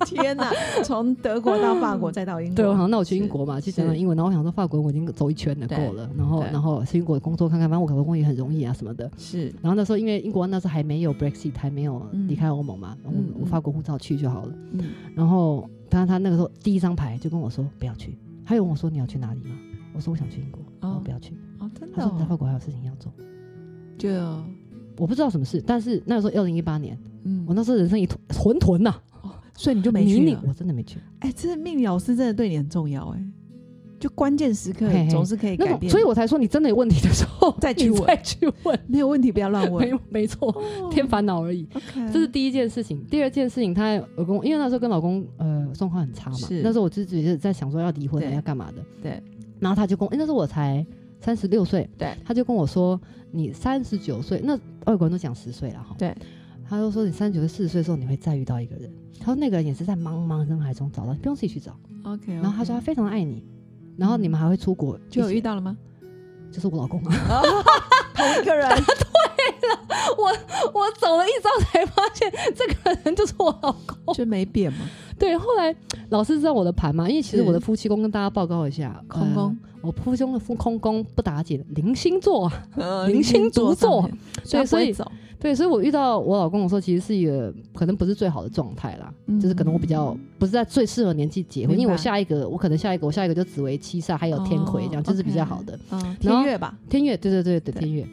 Speaker 1: 天哪， 从德国到法国再到英国，
Speaker 2: 对，我想那我去
Speaker 1: 是
Speaker 2: 英国嘛，去讲讲
Speaker 1: 是
Speaker 2: 英文。然后我想说法国我已经走一圈了，够
Speaker 1: 对
Speaker 2: 了。然后
Speaker 1: 对
Speaker 2: 然后去英国工作看看，反正我考个公也很容易啊什么的。
Speaker 1: 是
Speaker 2: 然后那时候因为英国那时候还没有 Brexit，还没有
Speaker 1: 嗯
Speaker 2: 离开欧盟嘛，我
Speaker 1: 嗯
Speaker 2: 我
Speaker 1: 嗯
Speaker 2: 法国护照去就好了。
Speaker 1: 嗯
Speaker 2: 然后他他那个时候第一张牌就跟我说不要去，他有问我说你要去哪里吗？我说我想去英国，然后
Speaker 1: 哦
Speaker 2: 不要去。
Speaker 1: 哦，真
Speaker 2: 他
Speaker 1: 的
Speaker 2: 说你在法
Speaker 1: 哦，
Speaker 2: 国还有事情要做，
Speaker 1: 就
Speaker 2: 我不知道什么事，但是那个时候二零一八年，
Speaker 1: 嗯
Speaker 2: 我，那时候人生一团混沌呐，
Speaker 1: 所以你就没
Speaker 2: 泥
Speaker 1: 去
Speaker 2: 泞
Speaker 1: 了，
Speaker 2: 我真的没去。
Speaker 1: 哎，这命理老师真的对你很重要哎、就关键时刻
Speaker 2: 嘿嘿
Speaker 1: 总是可以
Speaker 2: 那
Speaker 1: 改
Speaker 2: 种，
Speaker 1: 变，
Speaker 2: 所以我才说你真的有问题的时候
Speaker 1: 再去
Speaker 2: 你
Speaker 1: 问
Speaker 2: 再去问，
Speaker 1: 没有问题不要乱
Speaker 2: 没
Speaker 1: 问。哦
Speaker 2: 有没错， 添烦恼而已。
Speaker 1: OK，
Speaker 2: 这是第一件事情，第二件事情，他有跟我，因为那时候跟老公呃状况很差嘛
Speaker 1: 是，
Speaker 2: 那时候我就只是在想说要离婚了
Speaker 1: 对
Speaker 2: 要干嘛的，
Speaker 1: 对。
Speaker 2: 然后他就跟我，诶那时候我才三十六岁，
Speaker 1: 对，
Speaker 2: 他就跟我说你三十九岁，那外国人都讲十岁了哈，
Speaker 1: 对，
Speaker 2: 他就说你三十九岁、四十岁的时候你会再遇到一个人，他说那个人也是在茫茫人海中找到，你不用自己去找，
Speaker 1: OK，
Speaker 2: 然后他说他非常的爱你，然后你们还会出国，
Speaker 1: 就有
Speaker 2: 一
Speaker 1: 遇
Speaker 2: 起
Speaker 1: 到了吗？
Speaker 2: 就是我老公啊。
Speaker 1: 同一个人，
Speaker 2: 我走了一遭才发现这个人就是我老公。
Speaker 1: 就没变嘛，
Speaker 2: 对，后来老师知道我的盘嘛，因为其实
Speaker 1: 是
Speaker 2: 我的夫妻宫跟大家报告一下，
Speaker 1: 嗯空宫哦
Speaker 2: 呃我夫妻宫的夫空宫不打紧，零星座啊，
Speaker 1: 呃
Speaker 2: 零星独坐
Speaker 1: 上面，
Speaker 2: 对
Speaker 1: 他不
Speaker 2: 所以
Speaker 1: 会走，
Speaker 2: 对，所以我遇到我老公的时候，其实是一个可能不是最好的状态啦，
Speaker 1: 嗯
Speaker 2: 就是可能我比较不是在最适合年纪结婚，
Speaker 1: 明白
Speaker 2: 因为我下一个我可能下一个我下一个就紫薇七煞还有天魁
Speaker 1: 哦
Speaker 2: 这样，就是比较好的。
Speaker 1: 嗯，
Speaker 2: 然
Speaker 1: 天
Speaker 2: 后
Speaker 1: 月吧，
Speaker 2: 天月，对对对对，
Speaker 1: 对
Speaker 2: 天月。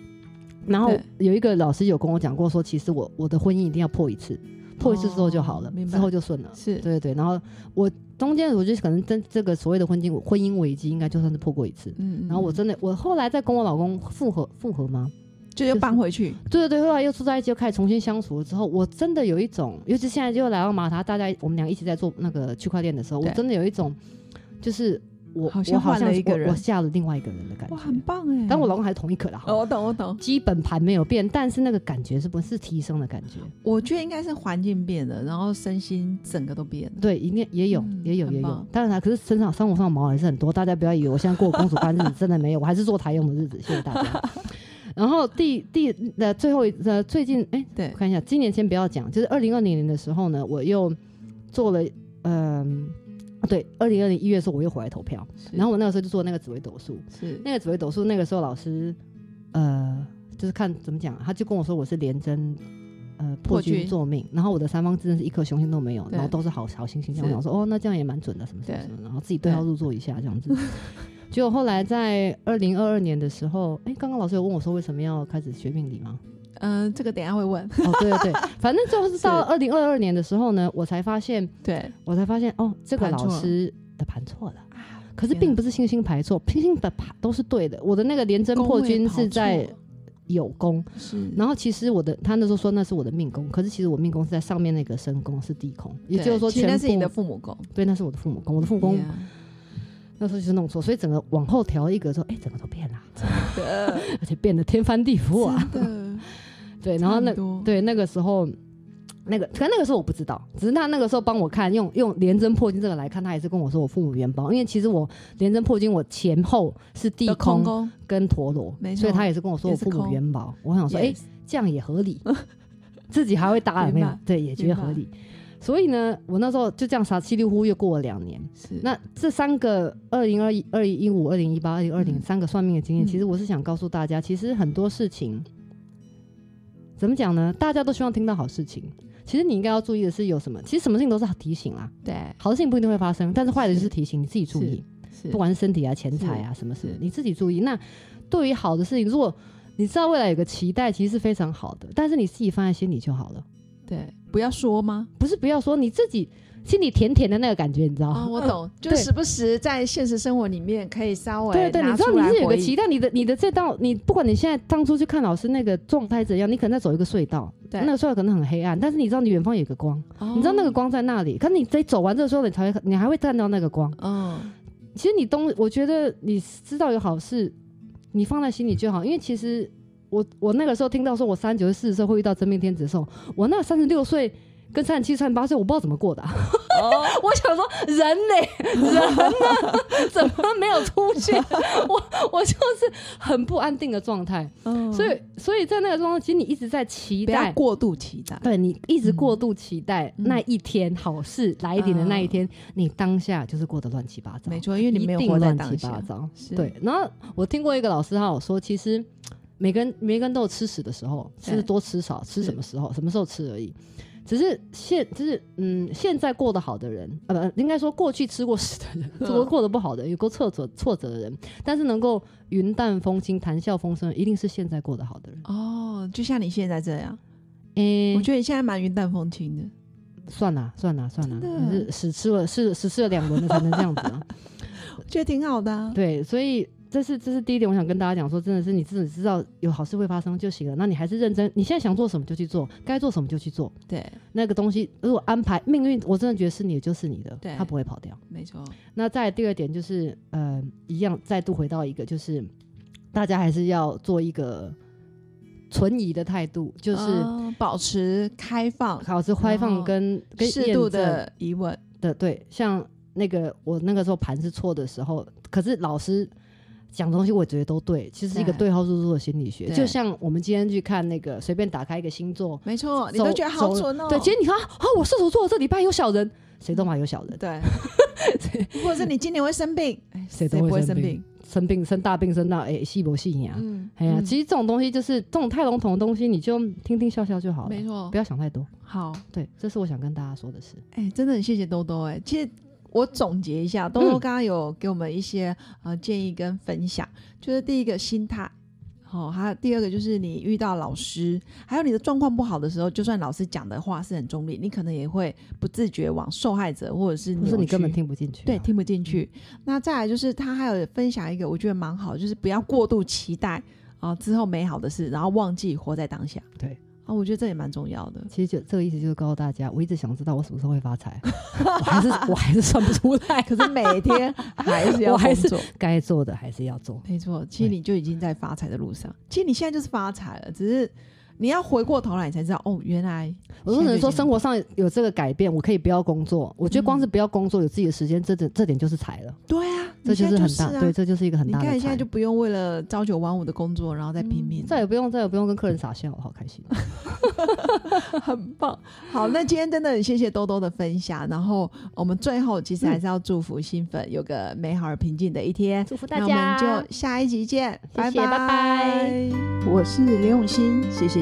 Speaker 2: 然后
Speaker 1: 对
Speaker 2: 有一个老师有跟我讲过说，其实我我的婚姻一定要破一次，破一次之后就好了，
Speaker 1: 哦明白
Speaker 2: 之后就顺了。
Speaker 1: 是
Speaker 2: 对对，然后我中间我就可能真这个所谓的婚姻婚姻危机，应该就算是破过一次。
Speaker 1: 嗯，嗯
Speaker 2: 然后我
Speaker 1: 嗯
Speaker 2: 真的，我后来再跟我老公复合复合吗？
Speaker 1: 就又搬回去，
Speaker 2: 对对对，后来又住在一起，又开始重新相处了之后，我真的有一种，尤其现在又来到马达，大家我们俩一起在做那个区块链的时候，我
Speaker 1: 对
Speaker 2: 真的有一种，就是我
Speaker 1: 好像
Speaker 2: 我好
Speaker 1: 换
Speaker 2: 像
Speaker 1: 了一个人
Speaker 2: 我，我下了另外一个人的感觉
Speaker 1: 哇，。很棒哎。
Speaker 2: 但我老公还是同一个啦，
Speaker 1: 哦，我懂，我懂。
Speaker 2: 基本盘没有变，但是那个感觉是不是提升的感觉？
Speaker 1: 我觉得应该是环境变了，然后身心整个都变了。
Speaker 2: 对，一定也有
Speaker 1: 嗯，
Speaker 2: 也有，
Speaker 1: 很
Speaker 2: 也有
Speaker 1: 棒。
Speaker 2: 当然啦，可是身上生活上的毛还是很多，大家不要以为我现在过公主般日子，真的没有，我还是做台用的日子，谢谢大 家。然后第第呃最后一呃最近哎，
Speaker 1: 对
Speaker 2: 我看一下，今年先不要讲，就是二零二零年的时候呢，我又做了嗯、对，二零二零一月的时候我又回来投票，然后我那个时候就做那个紫微斗数，
Speaker 1: 是
Speaker 2: 那个紫微斗数那个时候老师呃就是看怎么讲，他就跟我说我是连贞。呃，
Speaker 1: 破
Speaker 2: 破
Speaker 1: 军
Speaker 2: 军作命，然后我的三方之阵是一颗凶星都没有，
Speaker 1: 对
Speaker 2: 然后都是好好星星。
Speaker 1: 是
Speaker 2: 我想说，哦，那这样也蛮准的，什么什么
Speaker 1: 对
Speaker 2: 什么，然后自己对号入座一下这样子。 结果后来在二零二二年的时候，哎，刚刚老师有问我说为什么要开始学命理 吗？
Speaker 1: 嗯、这个等一下会 问。
Speaker 2: 哦，对对对，反正就是到二零二二年的时候呢，我才发现，
Speaker 1: 对，
Speaker 2: 我才发现哦，这个
Speaker 1: 盘错
Speaker 2: 老
Speaker 1: 了
Speaker 2: 师的盘错了。
Speaker 1: 啊
Speaker 2: 可是
Speaker 1: 天
Speaker 2: 并
Speaker 1: 哪
Speaker 2: 不是星星排错，星星的盘都是对的。我的那个连贞
Speaker 1: 宫
Speaker 2: 破
Speaker 1: 位
Speaker 2: 军
Speaker 1: 跑
Speaker 2: 是
Speaker 1: 错
Speaker 2: 在
Speaker 1: 了
Speaker 2: 有宫，
Speaker 1: 是，
Speaker 2: 然后其实我的他那时候说那是我的命宫，可是其实我命宫是在上面那个身宫是地宫，也
Speaker 1: 对
Speaker 2: 就是说
Speaker 1: 其实
Speaker 2: 全
Speaker 1: 那
Speaker 2: 部
Speaker 1: 是你的父母宫，
Speaker 2: 对，那是我的父母宫，我的父母宫
Speaker 1: Yeah
Speaker 2: 那时候就是弄错，所以整个往后调一格之后，哎，整个都变了，
Speaker 1: 的，
Speaker 2: 而且变得天翻地覆啊！
Speaker 1: 真的，
Speaker 2: 对，然后那
Speaker 1: 啊差很多
Speaker 2: 对那个时候。那个，可那个时候我不知道，只是他那个时候帮我看，用用连贞破军这个来看，他也是跟我说我父母原包，因为其实我连贞破军我前后是地
Speaker 1: 的
Speaker 2: 空
Speaker 1: 空宫，
Speaker 2: 跟陀螺
Speaker 1: 没，错
Speaker 2: 所以他也是跟我说
Speaker 1: 也
Speaker 2: 我
Speaker 1: 是
Speaker 2: 父母
Speaker 1: 空
Speaker 2: 元宝。我想说，哎、
Speaker 1: Yes
Speaker 2: 这样也合理，自己还会 搭了没
Speaker 1: 明
Speaker 2: 有
Speaker 1: 白？
Speaker 2: 对，也觉得合理。所以呢，我那时候就这样傻气溜呼，又过了两年。
Speaker 1: 是
Speaker 2: 那这三个二零二一、二零一五、二零一八、二零二零
Speaker 1: 嗯
Speaker 2: 三个算命的经验，
Speaker 1: 嗯
Speaker 2: 其实我是想告诉大家，其实很多事情怎么讲呢？大家都希望听到好事情，其实你应该要注意的是有什么？其实什么事情都是提醒啦，
Speaker 1: 对
Speaker 2: 好事情不一定会发生，但是坏的就是
Speaker 1: 是
Speaker 2: 提醒你自己注
Speaker 1: 是
Speaker 2: 意。
Speaker 1: 是
Speaker 2: 不管是身体啊、钱财啊，什么什么
Speaker 1: 是，
Speaker 2: 你自己注意。那对于好的事情，如果你知道未来有个期待，其实是非常好的，但是你自己放在心里就好了，
Speaker 1: 对，不要说吗？
Speaker 2: 不是不要说你自己心里甜甜的那个感觉，你知道
Speaker 1: 啊、
Speaker 2: 吗？
Speaker 1: 我懂，就
Speaker 2: 哦嗯对
Speaker 1: 时不时在现实生活里面可以稍微
Speaker 2: 对对，你
Speaker 1: 拿
Speaker 2: 知道
Speaker 1: 出
Speaker 2: 你
Speaker 1: 来
Speaker 2: 是有个
Speaker 1: 回
Speaker 2: 期
Speaker 1: 忆，
Speaker 2: 待，你的你的这道，你不管你现在当初去看老师那个状态怎样，你可能在走一个隧道，
Speaker 1: 对
Speaker 2: 那个隧道可能很黑暗，但是你知道你远方有个光，
Speaker 1: 哦
Speaker 2: 你知道那个，光在那里，可是你得走完这个隧道，你才会你还会看到那个光。
Speaker 1: 嗯，
Speaker 2: 其实你东，我觉得你知道有好事，你放在心里就好。因为其实我我那个时候听到说我三九四十岁会遇到真命天子的时候，我那三十六岁跟三十七、三十八岁，我不知道怎么过的、啊。 我想说人嘞，人呢，怎么没有出现？ 我我就是很不安定的状态。
Speaker 1: 嗯
Speaker 2: 所以所以在那个状态，其实你一直在期
Speaker 1: 不要
Speaker 2: 待。
Speaker 1: 过度期待，
Speaker 2: 对你一直过度期待
Speaker 1: 嗯
Speaker 2: 那一天好事来临的那一天，你当下就是过得乱七八糟，
Speaker 1: 没错，因为
Speaker 2: 一
Speaker 1: 你没有
Speaker 2: 定
Speaker 1: 活在
Speaker 2: 乱
Speaker 1: 当
Speaker 2: 七八
Speaker 1: 下，
Speaker 2: 糟。
Speaker 1: 是
Speaker 2: 对，，然后我听过一个老师他有说，其实每个人每个人都有吃屎的时候，
Speaker 1: 对
Speaker 2: 吃多吃少，吃
Speaker 1: 是
Speaker 2: 什么时候，什么时候吃而已。只是现就是嗯，现在过得好的人，呃，不，应该说过去吃过屎的 人，
Speaker 1: 嗯
Speaker 2: 过过得不好的人，有过挫折挫折的人，但是能够云淡风轻、谈笑风生，一定是现在过得好的人。
Speaker 1: 哦，就像你现在这样，
Speaker 2: 诶、
Speaker 1: 我觉得你现在蛮云淡风轻的，
Speaker 2: 算啦算啦算啦，
Speaker 1: 真的
Speaker 2: 可是屎吃了是屎吃了两轮了才能这样子啊。
Speaker 1: 我觉得挺好的、啊，
Speaker 2: 对，所以这是这是第一点，我想跟大家讲说，真的是你自己知道有好事会发生就行了。那你还是认真，你现在想做什么就去做，该做什么就去做。
Speaker 1: 对，
Speaker 2: 那个东西如果安排命运，我真的觉得是你的就是你的
Speaker 1: 对，
Speaker 2: 它不会跑掉。
Speaker 1: 没错，
Speaker 2: 那再来第二点就是，呃，一样再度回到一个，就是大家还是要做一个存疑的态度，就是。
Speaker 1: 嗯保持开放，
Speaker 2: 好是开
Speaker 1: 然后
Speaker 2: 放跟跟
Speaker 1: 适
Speaker 2: 验
Speaker 1: 度
Speaker 2: 证
Speaker 1: 的疑问，
Speaker 2: 的，对，像那个我那个时候盘是错的时候，可是老师讲的东西我觉得都对，其实是一个
Speaker 1: 对
Speaker 2: 对号入座的心理学。
Speaker 1: 对
Speaker 2: 就像我们今天去看那个，随便打开一个星座，
Speaker 1: 没错，你
Speaker 2: 走
Speaker 1: 都觉得好
Speaker 2: 走
Speaker 1: 准哦，
Speaker 2: 对，今天你看啊，啊我射手座这礼拜有小人，谁都嘛有小人，
Speaker 1: 对或者是你今年会生病，哎
Speaker 2: 谁都
Speaker 1: 不
Speaker 2: 会
Speaker 1: 会
Speaker 2: 生
Speaker 1: 病。
Speaker 2: 生病生大病生到哎细不细呀？
Speaker 1: 嗯，
Speaker 2: 哎呀，
Speaker 1: 嗯
Speaker 2: 其实这种东西就是这种太笼统的东西，你就听听笑笑就好了，
Speaker 1: 没错
Speaker 2: 不。要想太多。
Speaker 1: 好，
Speaker 2: 对，这是我想跟大家说的事。
Speaker 1: 哎、真的很谢谢兜兜哎、其实我总结一下，兜兜
Speaker 2: 嗯
Speaker 1: 刚刚有给我们一些、呃建议跟分享，就是第一个心态。哦，还有第二个就是你遇到老师，还有你的状况不好的时候，就算老师讲的话是很中立，你可能也会不自觉往受害者或者是
Speaker 2: 不是
Speaker 1: 扭
Speaker 2: 你根本
Speaker 1: 曲
Speaker 2: 听不进去啊、
Speaker 1: 对，听不进去。那再来就是他还有分享一个，我觉得蛮好，就是不要过度期待啊、之后美好的事，然后忘记活在当下。
Speaker 2: 对
Speaker 1: 啊，我觉得这也蛮重要的。
Speaker 2: 其实就这个意思就是告诉大家，我一直想知道我什么时候会发财，我还是我还是算不出来，
Speaker 1: 可是每天 还是要
Speaker 2: 我还
Speaker 1: 工
Speaker 2: 是
Speaker 1: 作，
Speaker 2: 该做的还是要做。
Speaker 1: 没错。其实
Speaker 2: 对
Speaker 1: 你就已经在发财的路上，其实你现在就是发财了，只是你要回过头来，你才知道哦，原来
Speaker 2: 我不能说生
Speaker 1: 活
Speaker 2: 活上有这个改变，我可以不要工作。我觉得光
Speaker 1: 嗯
Speaker 2: 是不要工作，有自己的时间，这点这点就是财了，
Speaker 1: 对啊，
Speaker 2: 这
Speaker 1: 你现在
Speaker 2: 很
Speaker 1: 就是
Speaker 2: 大，
Speaker 1: 啊、
Speaker 2: 对，。这就是一个很
Speaker 1: 你
Speaker 2: 大的
Speaker 1: 看，
Speaker 2: 财。嗯
Speaker 1: 你现在就不用为了朝九晚五的工作，然后再拼命，
Speaker 2: 再也不用再也不用跟客人傻笑，我好开 心。
Speaker 1: 很棒。好，那今天真的很谢谢兜兜的分享。然后我们最后其实还是要祝福新粉有个美好而平静的一天。
Speaker 2: 祝福
Speaker 1: 那我们就下一集见，
Speaker 2: 谢谢
Speaker 1: 拜
Speaker 2: 拜拜
Speaker 3: 我是刘永新，谢谢